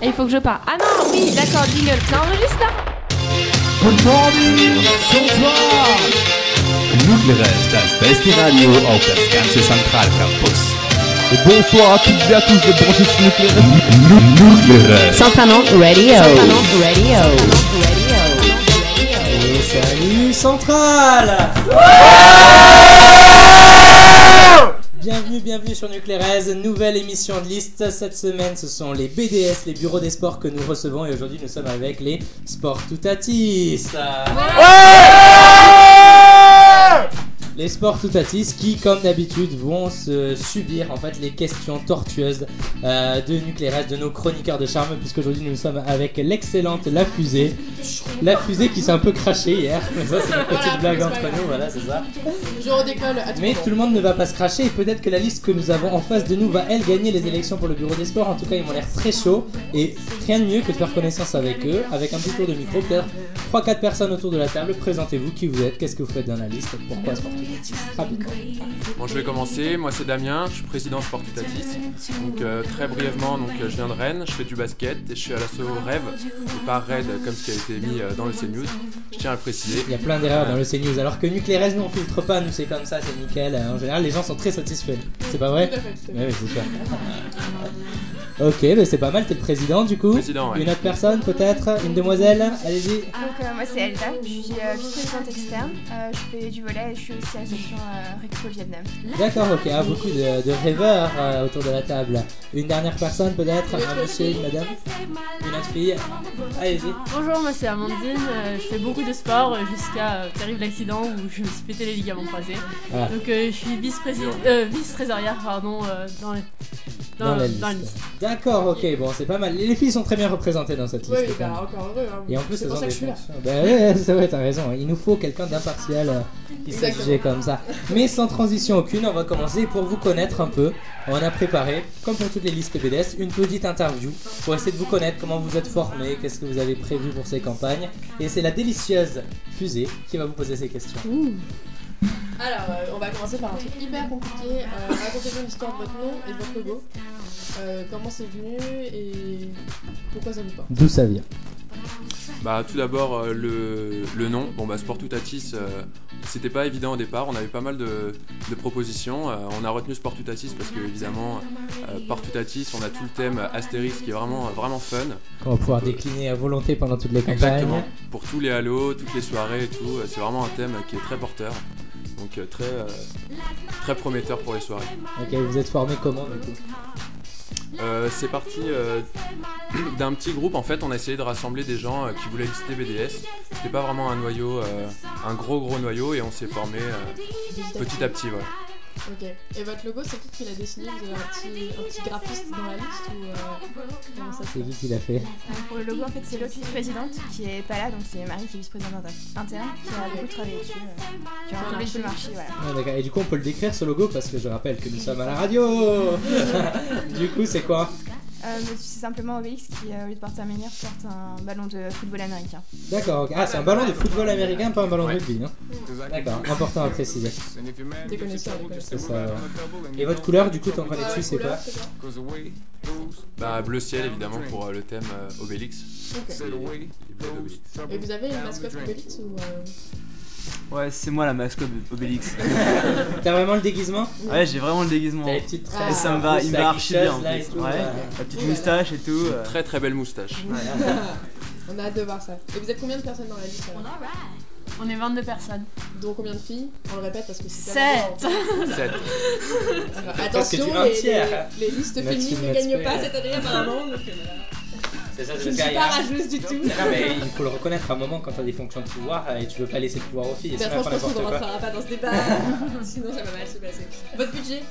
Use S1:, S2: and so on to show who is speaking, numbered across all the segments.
S1: Et il faut que je parle. Ah non, oui, d'accord, jingle. Ça enregistre là
S2: Guten Morgen zum Tor!
S3: Nuclere, das beste Radio auf das ganze Zentralcampus.
S2: Et bonsoir à toutes et à tous de brancher sur Nucléaire.
S3: Nuclere.
S4: Centranon Radio.
S1: Centranon
S4: Radio.
S5: Salut Central Bienvenue, bienvenue sur Nuclérez, nouvelle émission de liste. Cette semaine, ce sont les BDS, les bureaux des sports que nous recevons et aujourd'hui nous sommes avec les Sportoutatis. Les Sportoutatis qui, comme d'habitude, vont se subir en fait les questions tortueuses euh, de Nuclérez, de nos chroniqueurs de charme, puisqu'aujourd'hui nous sommes avec l'excellente La Fusée. La Fusée qui s'est un peu crachée hier, mais ça c'est une petite
S6: Voilà,
S5: blague
S6: c'est
S5: entre
S6: pas grave.
S5: nous, voilà, c'est ça.
S6: Je redécolle à tout
S5: Mais
S6: moment.
S5: tout le monde ne va pas se cracher et peut-être que la liste que nous avons en face de nous va elle gagner les élections pour le bureau des sports. En tout cas, ils m'ont l'air très chaud et rien de mieux que de faire connaissance avec eux, avec un petit tour de micro, peut-être 3-4 personnes autour de la table. Présentez-vous, qui vous êtes, qu'est-ce que vous faites dans la liste, pourquoi Ah, sportif Rapidement.
S7: Bon, je vais commencer. Moi, c'est Damien, je suis président Sportutatis. Donc, euh, très brièvement, donc, euh, je viens de Rennes, je fais du basket et je suis à l'assaut Rêve, et pas Raid comme ce qui a été mis euh, dans le CNews. Je tiens à le préciser.
S5: Il y a plein d'erreurs dans le CNews. Alors que Nuclérez, nous on filtre pas, nous c'est comme ça, c'est nickel. Euh, En général, les gens sont très satisfaits. C'est pas vrai
S6: Tout à fait, tout à
S5: Oui,
S6: fait.
S5: oui, c'est sûr. Ok, mais c'est pas mal, t'es le président du coup.
S7: Président, ouais.
S5: Une autre personne peut-être Une demoiselle Allez-y.
S8: Donc euh, moi c'est Elsa, je suis euh, vice-présidente externe, Euh, je fais du volet et je suis aussi à l'association euh, Récup au Vietnam.
S5: D'accord, ok, ah, beaucoup de, de rêveurs euh, autour de la table. Une dernière personne peut-être Un monsieur, une madame Une autre fille Allez-y.
S9: Bonjour, moi c'est Amandine, euh, je fais beaucoup de sport euh, jusqu'à euh, terrible accident où je me suis pété les ligaments croisés.
S5: Ah.
S9: Donc euh, je suis vice-présidente, euh, vice-trésorière pardon, euh, dans, les- dans-
S5: Dans la
S9: dans la
S5: liste. D'accord, ok, bon, c'est pas mal. Les les filles sont très bien représentées dans cette liste.
S6: Ouais,
S5: quand même.
S6: bah encore heureux. Hein.
S5: Et en plus,
S6: c'est
S5: elles
S6: pour
S5: ont
S6: ça
S5: des
S6: que je suis là.
S5: fonctions. Bah ouais, c'est vrai, t'as raison. Il nous faut quelqu'un d'impartial euh, qui sait
S6: Exactement.
S5: juger comme ça. Mais sans transition aucune, on va commencer pour vous connaître un peu. On a préparé, comme pour toutes les listes BDS, une petite interview pour essayer de vous connaître, comment vous êtes formé, qu'est-ce que vous avez prévu pour ces campagnes. Et c'est la délicieuse fusée qui va vous poser ces questions.
S6: Alors, euh, on va commencer par un truc hyper compliqué. Euh, Racontez-moi l'histoire de votre nom et de votre logo. Euh, comment c'est venu et pourquoi ça vous porte
S5: D'où ça vient
S7: Bah, tout d'abord, euh, le, le nom. Bon, bah, Sportutatis, euh, c'était pas évident au départ. On avait pas mal de, de propositions. Euh, on a retenu Sportutatis parce que, évidemment, euh, Sportutatis, on a tout le thème euh, Astérix qui est vraiment, vraiment fun.
S5: Qu'on va pouvoir décliner à volonté pendant toutes les campagnes.
S7: Exactement. Pour tous les halos, toutes les soirées et tout, euh, c'est vraiment un thème qui est très porteur. Donc euh, très, euh, très prometteur pour les soirées.
S5: Ok, vous êtes formé comment du coup
S7: Euh, c'est parti euh, d'un petit groupe en fait, on a essayé de rassembler des gens euh, qui voulaient visiter BDS. C'était pas vraiment un noyau, euh, un gros gros noyau et on s'est formé euh, petit à petit. ouais.
S6: Ok. Et votre logo, c'est qui qui l'a dessiné Vous avez un petit, un petit graphiste dans la liste ou euh, comment ça se
S5: C'est qui qui l'a fait
S8: Donc, pour le logo en fait c'est l'autre vice-présidente qui est pas là, donc c'est Marie qui est vice-présidente inter- interne, qui a beaucoup travaillé dessus, euh, qui a enlevé tout le marché, voilà.
S5: Ouais, Ah, d'accord. Et du coup, on peut le décrire ce logo parce que je rappelle que nous sommes à la radio. du coup, c'est quoi
S8: Euh, mais c'est simplement Obélix qui euh, au lieu de porter un menhir porte un ballon de football américain.
S5: D'accord. ok. Ah, c'est un ballon de football américain, pas un ballon de rugby. hein. D'accord.
S10: D'accord.
S5: Important à préciser.
S6: Des connaisseurs, des connaisseurs.
S5: C'est ça. ouais. Et votre couleur, du coup, t'en connais dessus, c'est quoi
S7: Bah, bleu ciel évidemment pour euh, le thème euh, Obélix.
S6: Ok.
S7: Les- les bleus d'Obélix.
S6: Et vous avez une mascotte Obélix ou euh,
S10: Ouais, c'est moi la mascotte de Obélix.
S5: T'as vraiment le déguisement
S10: Ouais, j'ai vraiment le déguisement.
S5: T'as les petites
S6: Ah,
S5: traces.
S10: Et ça me
S5: en
S10: va,
S5: plus,
S10: il me
S5: la
S10: va archi bien. en
S5: guicheuse, là, et
S10: plus.
S5: tout,
S10: Ouais,
S5: ouais.
S10: la petite moustache et tout. euh,
S7: Très très belle moustache.
S10: ouais.
S6: On a hâte de voir ça. Et vous êtes combien de personnes dans la liste alors
S9: On est 22 personnes.
S6: Dont combien de filles On le répète parce que c'est tellement
S9: Sept
S6: marrant.
S7: Sept.
S6: Alors,
S5: Parce que tu
S6: Attention,
S5: vas en
S6: les,
S5: tiers.
S6: les- les listes
S5: Maxime
S6: féminines ne
S5: Latsper.
S6: gagnent pas cette année apparemment, donc euh, voilà.
S5: C'est ça,
S6: je ne
S5: le
S6: suis
S5: cas,
S6: pas
S5: hein.
S6: rageuse du tout.
S5: Non, mais il faut le reconnaître à un moment quand t'as des fonctions de pouvoir euh, et tu veux pas laisser le pouvoir aux filles. Sinon,
S6: Bertrand,
S5: elles
S6: je
S5: font
S6: pense qu'on
S5: n'importe
S6: ne
S5: quoi.
S6: rentrera pas dans ce débat, sinon ça va mal se passer. Votre budget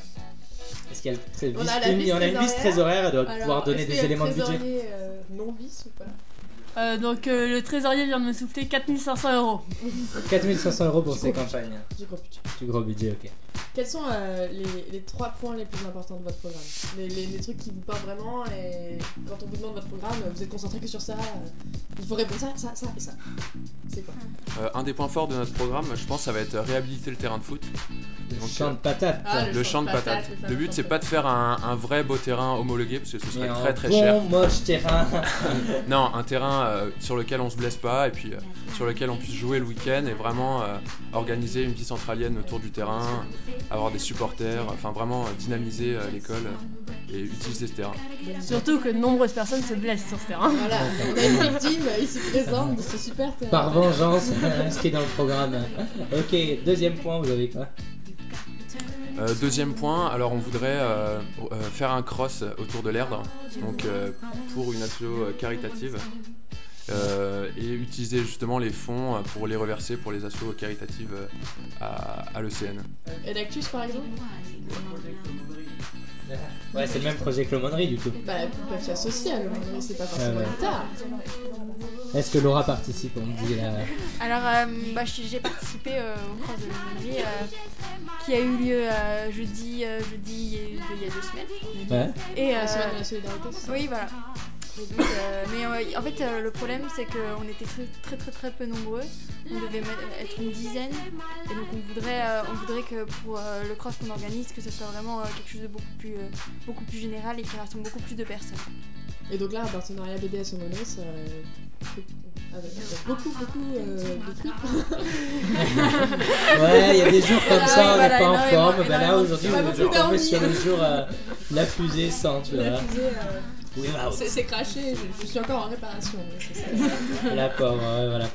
S5: Est-ce qu'il y a le
S6: On a
S5: vice-
S6: la
S5: une- on a une vice
S6: vice-trésorière.
S5: trésorière, elle doit pouvoir donner
S6: est-ce
S5: des
S6: qu'il y a
S5: éléments de
S6: un
S5: budget.
S6: trésorier, euh, non vice ou pas
S9: Euh, donc euh, le trésorier vient de me souffler 4500 euros.
S5: 4500 euros pour ces campagnes.
S6: J'ai gros budget.
S5: Du gros budget, ok.
S6: Quels sont euh, les, les trois points les plus importants de votre programme les, les- les trucs qui vous parlent vraiment et quand on vous demande votre programme, vous êtes concentré que sur ça. euh, il faut répondre ça, ça, ça et ça. C'est quoi
S7: Euh, un des points forts de notre programme, je pense, ça va être réhabiliter le euh, terrain de foot.
S5: Le
S7: Donc,
S5: champ de patate.
S6: Ah,
S7: Le champ de patates.
S6: c'est ça,
S7: Le but, c'est pas de faire un, un vrai beau terrain homologué parce que ce
S5: Mais
S7: serait
S5: un
S7: très très
S5: bon
S7: cher.
S5: moche terrain.
S7: Non, un terrain euh, sur lequel on se blesse pas et puis euh, sur lequel on puisse jouer le week-end et vraiment euh, organiser une vie centralienne autour du terrain, avoir des supporters, enfin vraiment euh, dynamiser euh, l'école euh, et utiliser ce terrain.
S9: Surtout que de nombreuses personnes se blessent sur ce
S5: Ah.
S9: terrain.
S6: Voilà, on a une victime ici présente de ce super terrain.
S5: Par vengeance, ce qui est dans le programme. Ok, deuxième point, vous avez quoi
S7: Euh, deuxième point, alors on voudrait euh, euh, faire un cross autour de l'Erdre, donc euh, pour une asso euh, caritative, euh, et utiliser justement les fonds euh, pour les reverser pour les assos caritatives euh, à, à l'ECN.
S6: Et l'actus par exemple
S5: Ouais, c'est le même projet que l'aumônerie du coup.
S6: Bah, la faire sociale, mais c'est pas forcément
S5: Ah Ouais, ouais.
S6: une tare.
S5: Est-ce que Laura participe On me dit là.
S8: Alors, euh, bah, j'ai j'ai participé euh, au cross de l'aumônerie euh, qui a eu lieu euh, jeudi, euh, jeudi il y a- il y a deux semaines.
S5: Ouais.
S8: Et,
S6: La semaine de
S8: euh,
S6: la solidarité, c'est ça
S8: oui, voilà. Et donc, euh, mais euh, en fait, euh, le problème, c'est qu'on était très, très, très, très peu nombreux. On devait ma- être une dizaine. Et donc, on voudrait, euh, on voudrait que pour euh, le cross qu'on organise, que ce soit vraiment euh, quelque chose de beaucoup plus, euh, beaucoup plus général et qui rassemble beaucoup plus de personnes.
S6: Et donc là, un partenariat BDS Homonos euh, avec, avec beaucoup, beaucoup euh, de trucs.
S5: Ouais, il y a des jours comme
S8: Ah
S5: ça,
S8: oui,
S5: on n'est
S8: voilà,
S5: pas en
S8: énormément,
S5: forme. Bah là,
S8: énormément.
S5: aujourd'hui,
S6: Ah,
S5: on
S6: beaucoup
S5: est tombé
S6: dormi.
S5: sur le jour euh, la fusée sans, tu vois.
S6: L'accusé, euh,
S5: Oui, waouh,
S6: c'est- C'est craché, je, je suis encore en réparation. mais c'est ça.
S5: la pauvre, ouais, voilà.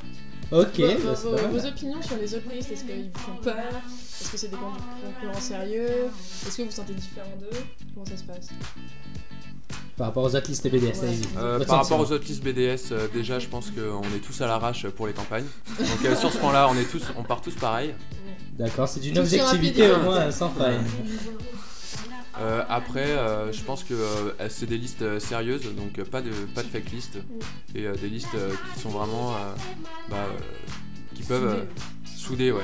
S5: Ok,
S6: Vos-
S5: bah, c'est
S6: vos,
S5: pas mal.
S6: vos opinions sur les autres listes, est-ce qu'ils vous font peur Est-ce que c'est des concurrents sérieux Est-ce que vous vous sentez différent d'eux Comment ça se passe
S5: Par rapport aux autres listes BDS, allez-y.
S7: Euh,
S5: Votre
S7: par
S5: sentiment.
S7: rapport aux autres listes BDS, euh, déjà je pense qu'on est tous à l'arrache pour les campagnes. Donc euh, sur ce point-là, on, est tous- on part tous pareil.
S5: D'accord, c'est d'une
S6: Tout sur un
S5: objectivité au
S6: PDF.
S5: moins sans faille.
S7: Euh, après, euh, je pense que euh, c'est des listes euh, sérieuses, donc euh, pas de pas de fake list
S6: Mm.
S7: et euh, des listes euh, qui sont vraiment euh, bah, euh, qui peuvent euh, souder, ouais.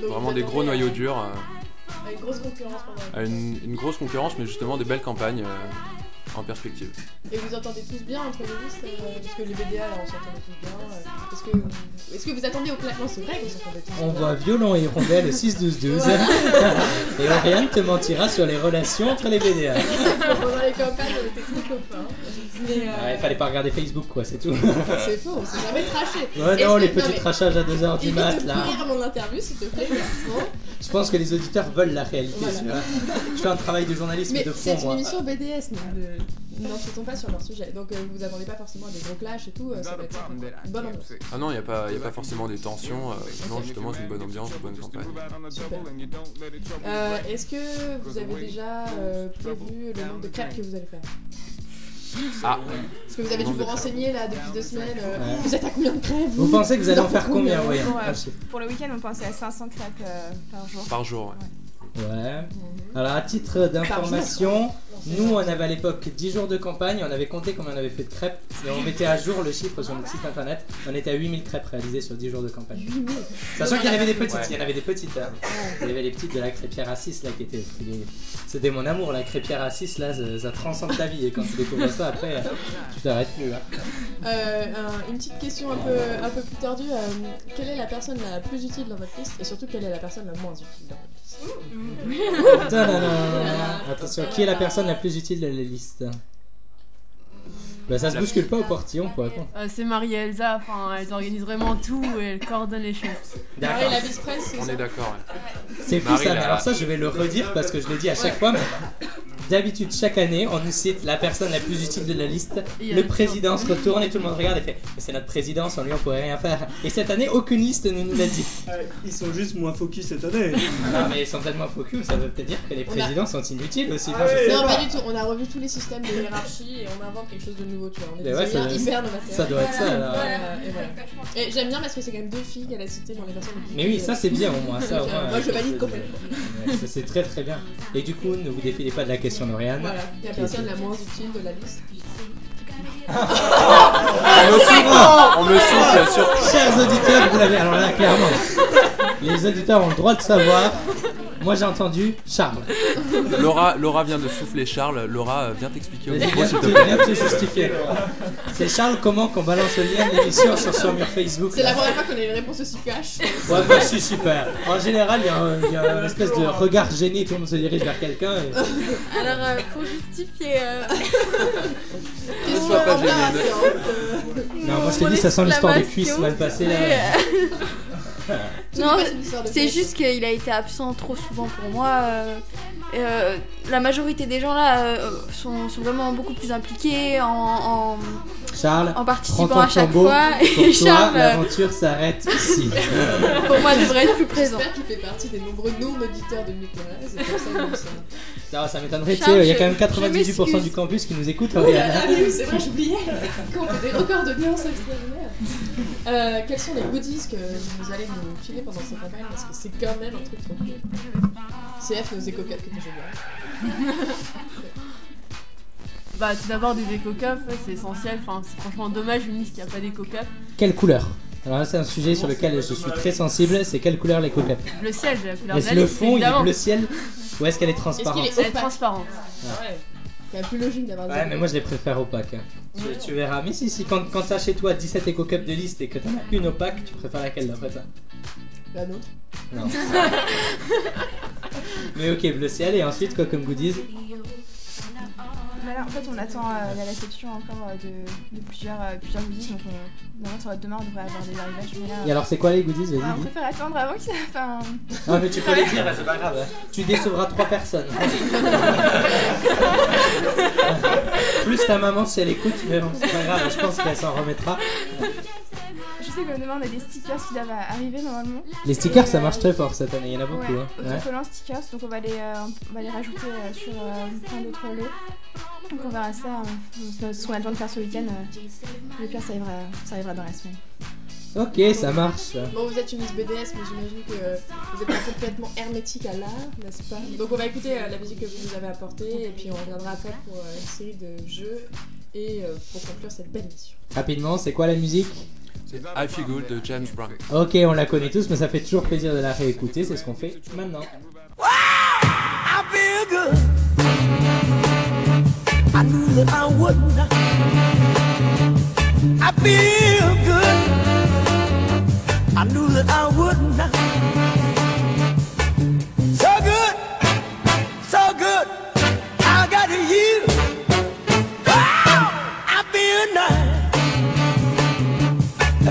S6: Donc,
S7: Vraiment
S6: Ah, vous
S7: des
S6: attendez
S7: gros
S6: à-
S7: noyaux durs, euh,
S6: à une grosse concurrence pendant
S7: à une, une grosse concurrence, mais justement des belles campagnes euh, en perspective.
S6: Et vous entendez tous bien entre les listes euh, Parce que les BDA, là, on s'entendait tous bien. euh, Est-ce que, vous- est-ce que vous attendez au classement C'est vrai qu'on s'entendait tous
S5: On
S6: bien.
S5: voit violon et rondelle au 6-12-12. et rien ne te mentira sur les relations entre les BDA.
S6: Pendant les campagnes, euh, on était tous copains. Mais euh,
S5: Ouais, il fallait pas regarder Facebook, quoi, c'est tout.
S6: c'est faux, on s'est jamais traché.
S5: Ouais,
S6: Est-ce
S5: non,
S6: que-
S5: les
S6: non,
S5: petits
S6: mais-
S5: trachages à 2h du
S6: Évite
S5: mat,
S6: de
S5: là.
S6: courir mon interview, s'il te plaît, garçon.
S5: Je pense que les auditeurs veulent la réalité,
S6: Voilà.
S5: tu vois. Je fais un travail de journalisme
S6: Mais
S5: de fond,
S6: c'est une
S5: moi.
S6: émission BDS, donc ne n'insultons pas sur leur sujet. Donc euh, vous attendez pas forcément à des gros clashs et tout, euh, ça va être sympa. Une bonne ambiance.
S7: Ah non, il n'y a, pas- y a pas forcément des tensions, euh, non, justement, c'est une bonne ambiance, une bonne campagne.
S6: Super. Euh, Est-ce que vous avez déjà euh, prévu le nombre de crêpes que vous allez faire
S7: Ah,
S6: Parce que vous avez dû
S7: Nombre
S6: vous
S7: de Ah,
S6: renseigner là depuis deux semaines. euh,
S5: Ouais.
S6: Vous êtes à combien de crêpes
S5: Vous pensez que vous allez en faire
S6: Dans
S5: combien, Ah,
S6: combien
S5: ouais,
S8: Pour, euh,
S5: un chiffre.
S8: pour le week-end, on pensait à 500 crêpes euh, par jour.
S7: par jour, ouais.
S5: Ouais. Alors, à titre d'information, nous, on avait à l'époque 10 jours de campagne, on avait compté combien on avait fait de crêpes, et on mettait à jour le chiffre sur notre site internet. On était à 8000 crêpes réalisées sur 10 jours de campagne. Sachant qu'il y en avait des petites,
S7: Ouais.
S5: il y en avait des petites. hein. Il y avait les petites de la crêpière à 6 là qui étaient. C'était mon amour, la crêpière à 6 là, ça, ça transcende ta vie, et quand tu découvres ça après, tu t'arrêtes plus. hein.
S6: Euh, un- une petite question un peu, un peu plus tordue. euh, quelle est la personne la plus utile dans votre liste et surtout quelle est la personne la moins utile dans votre liste
S5: Tadadam. Attention, qui est la personne la plus utile de la liste bah ça se
S7: La-
S5: bouscule pas au portillon quoi. quoi.
S9: Euh, c'est Marie et Elsa, enfin, elles organisent vraiment tout et elles coordonnent les choses.
S6: Marie,
S5: D'accord.
S6: la vice-presse, c'est
S7: On
S6: ça
S7: est d'accord, ouais.
S5: C'est fou
S7: Marie,
S5: ça,
S7: la-
S5: mais alors ça je vais le redire parce que je le dis à chaque fois. mais D'habitude chaque année on nous cite la personne la plus utile de la liste.
S9: Et il y a
S5: Le
S9: le
S5: président se retourne et tout le monde regarde et fait mais c'est notre président sans lui on pourrait rien faire. Et cette année aucune liste ne nous l'a dit.
S4: Ils sont juste moins focus cette année.
S5: Non mais ils sont tellement focus ça veut peut-être dire que les
S6: On a-
S5: présidents sont inutiles aussi.
S4: Ah
S5: non, je
S4: ouais.
S5: sais
S6: Non,
S5: pas.
S6: pas du tout. On a revu tous les systèmes de hiérarchie et on invente quelque chose de nouveau, tu vois. On est
S5: Mais ouais,
S6: des
S5: ça-
S6: liens hyper novateurs.
S5: Ça doit être ça alors.
S6: Euh, et voilà. Et j'aime bien parce que c'est quand même deux filles qu'elle a citées dans les versions publiques.
S5: Mais oui, ça c'est bien au moins. Ça, au
S6: Donc,
S5: moins
S6: euh, moi, je
S5: euh,
S6: valide complètement.
S5: Ouais, ça, c'est très très bien. Et du coup, ne vous défilez pas de la question d'Oriane.
S6: Voilà, il y a personne la moins utile de la liste.
S7: On me souffle, on me souffle sur...
S5: Chers auditeurs, vous l'avez. Alors là, clairement, les auditeurs ont le droit de savoir Moi j'ai entendu Charles.
S7: Laura, Laura vient de souffler Charles. Laura, euh, viens t'expliquer au
S5: Vas-y,
S7: micro,
S5: viens
S7: s'il te
S5: te-
S7: plaît.
S5: viens te justifier. C'est Charles comment qu'on balance le lien de l'émission sur son mur Facebook.
S6: C'est la première fois qu'on a une réponse aussi cash.
S5: Ouais, moi je suis super. En général, il y a, un- il y a une espèce de regard gêné, tout le monde se dirige vers quelqu'un. et-
S8: Alors, euh, pour justifier. euh,
S6: Question
S7: Sois pas gêné,
S6: embarrassante. euh,
S5: Non, moi je t'ai dit, ça sent l'histoire de cuisse mal passée là.
S6: Tu
S8: Non,
S6: dis pas une histoire de
S8: c'est
S6: cuisse.
S8: juste qu'il a été absent trop souvent pour moi. euh, euh, la majorité des gens là euh, sont, sont vraiment beaucoup plus impliqués en, en,
S5: Charles,
S8: en
S5: prends
S8: participant
S5: ton
S8: Oh, à chaque
S5: flambeau.
S8: fois.
S5: Pour
S8: Et
S5: toi,
S8: Charles, euh,
S5: l'aventure s'arrête ici.
S8: pour moi, devrait être plus présent.
S6: J'espère qu'il fait partie des nombreux non-auditeurs de Nicolas. C'est pour ça que ça.
S5: Non, ça m'étonnerait, tu
S8: Charles,
S5: sais, il y a quand même
S8: je-
S5: 98%
S8: je
S5: du campus qui nous écoute.
S6: Oh là là,
S5: Oriane.
S6: mais oui, c'est vrai, j'oubliais qu'on fait des records d'audience extraordinaires. Euh, quels sont les goodies que vous allez nous filer pendant cette campagne Parce que c'est quand même un truc trop cool. CF nos éco que t'as joué.
S9: Bah, tout d'abord, des éco cups c'est essentiel. Enfin, c'est franchement dommage, Unis, qu'il n'y a pas d'éco cups
S5: Quelle couleur Alors là, c'est un sujet sur lequel je suis très sensible c'est quelle couleur les coquettes
S9: Le ciel, j'ai la couleur de
S5: Est-ce
S9: la
S5: le
S9: liste,
S5: fond, il est
S9: évidemment.
S5: bleu ciel Ou est-ce qu'elle est
S6: Est-ce qu'il
S5: transparente
S6: est
S9: Elle est
S6: opaque
S9: transparente.
S6: Ouais. C'est la plus logique d'avoir des
S5: Ouais, mais
S6: éco-cups.
S5: moi je les préfère opaques. hein. Tu, tu verras. Mais si, si, quand, quand t'as chez toi 17 éco cups de liste et que t'en as une opaque, tu préfères laquelle d'après toi
S6: La nôtre.
S5: Non. mais ok, bleu ciel et ensuite quoi comme goodies
S11: Bah là, en fait, on attend euh, la réception encore euh, de, de plusieurs, euh, plusieurs goodies, donc on, normalement, ça va demain, on devrait avoir des arrivages. Mais là,
S5: Et alors c'est quoi les
S9: Ah,
S5: goodies
S11: bah, on
S5: Vas-y, dis.
S11: préfère attendre avant que ça. Enfin,
S5: Ah, mais tu peux les dire, c'est pas grave. hein. Tu décevras trois personnes. Plus ta maman si elle écoute, mais bon, c'est pas grave, je pense qu'elle s'en remettra.
S11: je sais que demain, on a des stickers qui doivent arriver normalement.
S5: Les stickers ça marche très fort cette année, il y en a beaucoup.
S11: ouais,
S5: hein. Ouais.
S11: autocollants, stickers, donc on va les, euh, on va les rajouter euh, sur euh, plein d'autres lots. Donc on verra ça, euh, ce qu'on a le temps de faire ce week-end. euh, le pire, ça arrivera, ça arrivera dans la semaine.
S5: Ok, ça marche.
S6: Bon, vous êtes une Miss BDS, mais j'imagine que vous êtes pas complètement hermétique à l'art, n'est-ce pas Donc, on va écouter euh, la musique que vous nous avez apportée, et puis on reviendra après pour euh, une série de jeux et euh, pour conclure cette belle mission.
S5: Rapidement, c'est quoi la musique
S7: C'est I Feel Good de James Brown.
S5: Ok, on la connaît tous, mais ça fait toujours plaisir de la réécouter, c'est ce qu'on fait maintenant.
S12: I feel good. I knew that I would. I feel good. I knew that I would. So good, so good. I got you. Wow, I feel nice. A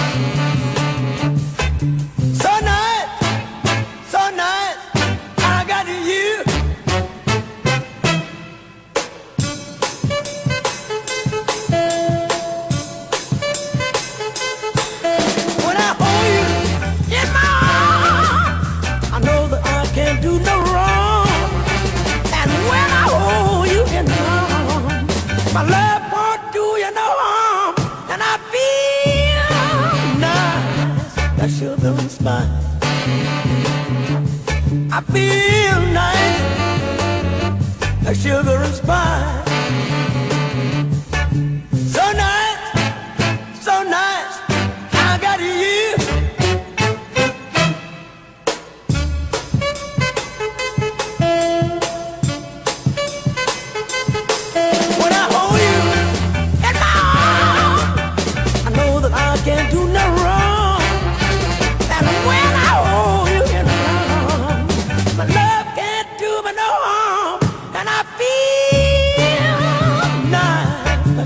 S12: So nice, so nice, I got you. When I hold you in my arms, I know that I can do no wrong. And when I hold you in my arms, my love won't do you no harm, and I feel nice. That sugar and spice. I feel nice. That sugar and spice. So nice, so nice. I got you. When I hold you in my arms, I know that I can do no wrong. And when I hold you in my arms, my love can't do me no harm. And I feel nice, my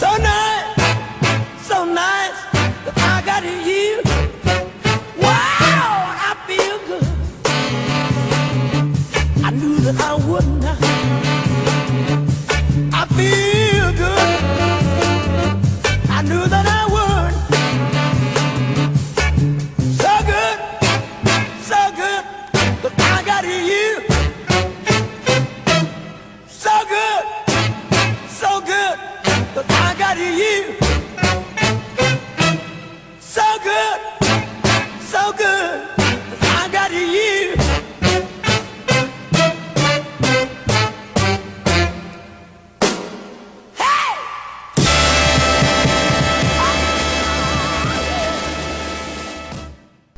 S12: So nice so nice. that I got you. Wow, I feel good. I knew that I would not. I feel good. I knew that I would. So good, so good. that I got you. So good, so good. that I got you. So good, so good.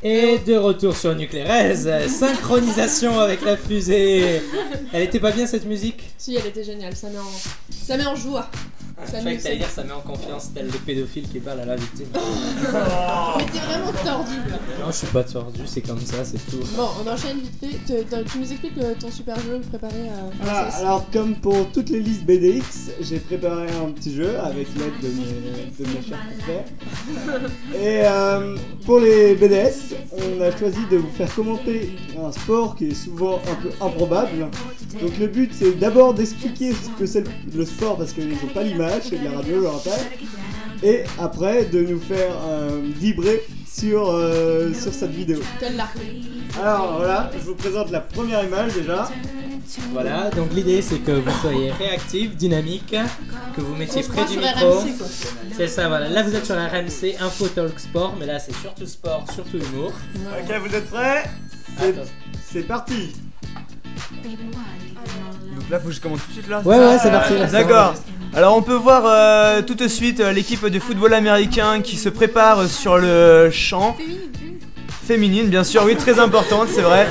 S5: Et de retour sur Nuclérez, euh, synchronisation avec la fusée. Elle était pas bien cette musique
S6: Si, elle était géniale, ça met en, ça met en joie.
S5: Ah, Je
S6: Ça
S5: croyais
S6: met
S5: que t'allais dire ça met en confiance tel le pédophile qui parle à la victime. oh.
S6: Mais t'es vraiment tordu là.
S5: Non, je suis pas tordu, c'est comme ça, c'est tout.
S6: Bon, on enchaîne vite fait. Tu, tu nous expliques euh, ton super jeu préparé à.
S4: Voilà, Ah, alors comme pour toutes les listes BDX, j'ai préparé un petit jeu avec l'aide de mes, de mes chers confrères. Et euh, pour les BDS, on a choisi de vous faire commenter un sport qui est souvent un peu improbable. Donc le but c'est d'abord d'expliquer ce que c'est le, le sport parce qu'ils n'ont pas l'image, c'est de la radio, je le rappelle. Et après de nous faire euh, vibrer sur, euh, sur cette vidéo.
S6: Tel l'arc.
S4: Alors voilà, je vous présente la première image déjà.
S5: Voilà, donc l'idée c'est que vous soyez réactif, dynamique, que vous mettiez
S6: On se
S5: près
S6: croit
S5: du
S6: sur
S5: micro.
S6: RMC, quoi.
S5: C'est ça, voilà. Là vous êtes sur RMC, Info Talk Sport, mais là c'est surtout sport, surtout humour.
S4: Ok, vous êtes prêts C'est- C'est parti
S10: Donc là, faut que je commence tout de suite là.
S5: Ouais,
S10: c'est ça
S5: ouais, c'est parti,
S10: Euh,
S5: là, c'est
S10: D'accord.
S5: bon.
S10: Alors on peut voir euh, tout de suite euh, l'équipe de football américain qui se prépare euh, sur le champ. Féminine, bien sûr, oui, très importante, c'est vrai.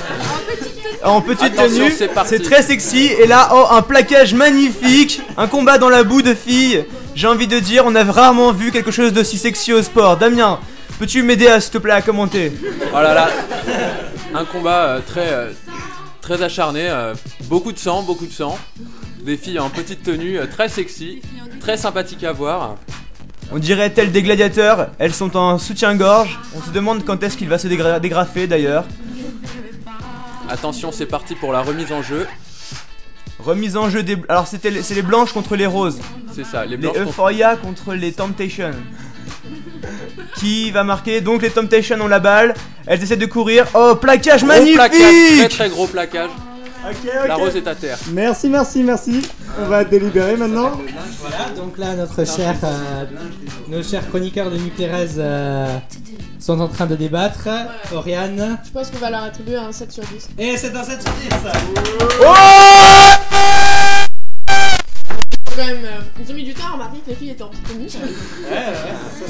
S10: En petite
S7: Attention,
S10: tenue,
S7: c'est parti.
S10: c'est très sexy. Et là, oh, un plaquage magnifique, un combat dans la boue de filles. J'ai envie de dire, on a rarement vu quelque chose d'aussi sexy au sport. Damien, peux-tu m'aider, à, s'il te plaît, à commenter
S7: Oh là là Un combat euh, très, euh, très acharné, euh, beaucoup de sang, beaucoup de sang. Des filles en petite tenue, euh, très sexy, très sympathique à voir.
S10: On dirait telles des gladiateurs, elles sont en soutien-gorge. On se demande quand est-ce qu'il va se dégra- dégrafer d'ailleurs.
S7: Attention, c'est parti pour la remise en jeu.
S10: Remise en jeu des. Alors c'était les- c'est les blanches contre les roses.
S7: C'est ça, les
S10: Les,
S7: blanches. contre-
S10: Euphoria contre les Temptations. Qui va marquer Donc les Temptations ont la balle. Elles essaient de courir. Oh, plaquage
S7: Gros
S10: magnifique
S7: plaquage, très très gros plaquage. La
S4: ok.
S7: rose est à terre.
S4: Merci, merci, merci. On va délibérer maintenant.
S5: Voilà, donc là notre cher, euh, nos chers chroniqueurs de Nuclérez euh, sont en train de débattre. Oriane.
S6: Je pense qu'on va leur attribuer un 7 sur 10.
S5: Et c'est un 7 sur 10
S6: Quand même, euh, ils ont mis du temps à remarquer que les filles étaient en petite tenue.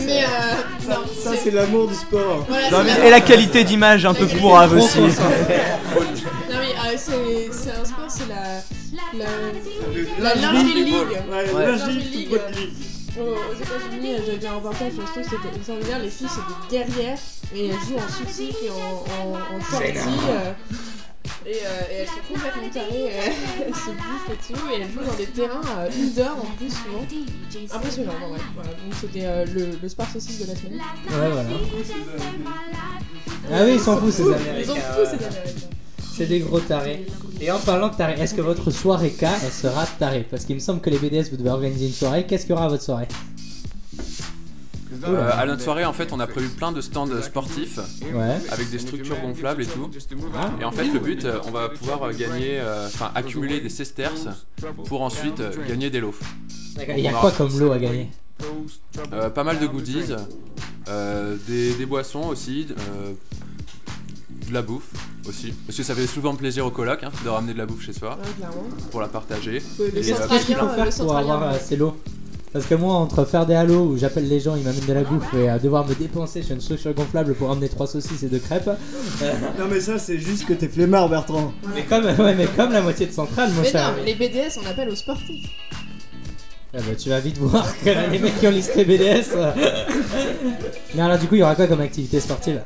S6: Mais euh,
S4: Ça,
S6: non,
S4: ça, c'est l'amour du sport.
S6: Voilà,
S10: Non,
S6: c'est
S10: mais- Et la qualité d'image un peu pourrave aussi.
S6: Non mais euh, c'est- c'est un sport, c'est la la la
S4: lingerie.
S6: lingerie league.
S4: Ouais,
S6: La
S4: lingerie
S6: lingerie league.
S4: football league.
S6: Aux aux États-Unis, euh, j'avais vu un reportage sur ce truc, c'était extraordinaire. Les filles, c'est des guerrières et elles jouent en soutien et en en, en shorty,
S12: énorme.
S6: euh, et, euh, et elles sont complètement tarées, euh, elles se bouffent et tout, et elles jouent dans des terrains euh, indoor en plus souvent. Impressionnant, en vrai. Voilà, donc c'était euh, le, le sport saucisse de la semaine.
S5: Ouais, voilà. Ah oui, ils s'en foutent ces
S6: fous,
S5: Américains.
S6: Ils s'en
S5: ouais.
S6: foutent ces Américains.
S5: C'est des gros tarés. Et en parlant de tarés, est-ce que votre soirée K elle sera tarée Parce qu'il me semble que les BDS vous devez organiser une soirée. Qu'est-ce qu'il y aura à votre soirée
S7: Euh, à notre soirée, en fait, on a prévu plein de stands euh, sportifs
S5: Ouais.
S7: avec des structures gonflables et tout. Et en fait, le but, euh, on va pouvoir euh, gagner, euh, enfin, accumuler des sesterces pour ensuite euh, gagner des lots.
S5: Il y a quoi comme lot à gagner
S7: Euh, Pas mal de goodies, euh, des, des boissons aussi, euh, de la bouffe aussi. Parce que ça fait souvent plaisir aux colocs hein, de ramener de la bouffe chez soi
S6: clairement.
S7: pour la partager.
S6: Oui, le
S7: Et, euh,
S5: Qu'est-ce qu'il faut
S6: euh,
S5: faire pour
S6: le centralien.
S5: avoir euh, ces lots Parce que moi, entre faire des halos où j'appelle les gens, ils m'amènent
S6: Ah
S5: de la bouffe et euh, devoir me dépenser sur une structure gonflable pour emmener trois saucisses et deux crêpes. euh,
S4: Non, mais ça, c'est juste que t'es flemmard, Bertrand.
S5: mais, comme, ouais, mais comme la moitié de Centrale, mon
S6: Mais
S5: cher.
S6: non,
S5: ami.
S6: les BDS, on appelle aux sportifs.
S5: Ah bah, tu vas vite voir que les mecs qui ont listé BDS. euh. mais alors, du coup, il y aura quoi comme activité sportive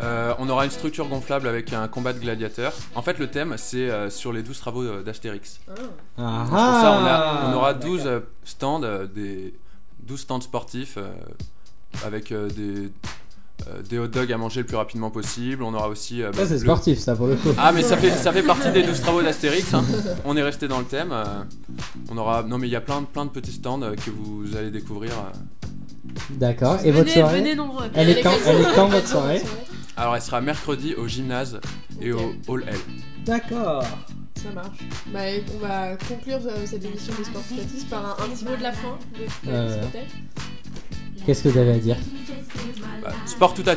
S7: Euh, on aura une structure gonflable avec un combat de gladiateurs. En fait, le thème, c'est euh, sur les 12 travaux euh, d'Astérix.
S5: Ah
S7: Pour ça, on,
S5: ah.
S7: a- on aura 12 euh, stands, euh, des, 12 stands sportifs euh, avec euh, des, euh, des hot dogs à manger le plus rapidement possible. On aura aussi. euh,
S5: Ça, c'est
S7: le-
S5: sportif, ça, pour le coup.
S7: Ah, mais ça fait, ça fait partie des 12 travaux d'Astérix. hein. On est resté dans le thème. euh, on aura. Non, mais il y a plein, de- plein de petits stands euh, que vous allez découvrir. euh,
S5: D'accord. Et votre
S9: Venez-
S5: soirée
S9: venez nombreux.
S5: Elle est quand, elle est quand votre soirée
S7: Alors, elle sera mercredi au gymnase et au Hall L.
S5: D'accord.
S6: Ça marche. Bah, et on va conclure euh, cette émission des sports sportifs par un, un petit mot de la fin. De, de-
S5: Euh.
S6: peut-être.
S5: Qu'est-ce que vous avez à dire
S7: Bah, sport tout à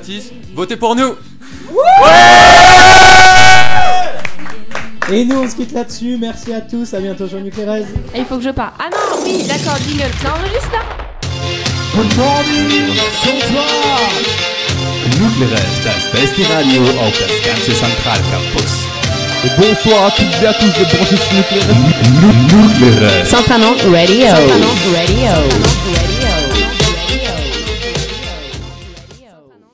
S7: votez pour nous
S5: Et nous, on se quitte là-dessus. Merci à tous. À bientôt sur Nuclérez.
S1: Et il faut que je parte. Ah non, oui, d'accord, jingle. Ça enregistre là
S2: Good morning, bonsoir.
S10: Nuclear ist das beste Radio auf das ganze Zentralcampus.
S13: Et bonsoir à toutes et à tous de brancher sur Nuclear.
S10: Nuclear.
S14: Santanon Radio. Santanon Radio.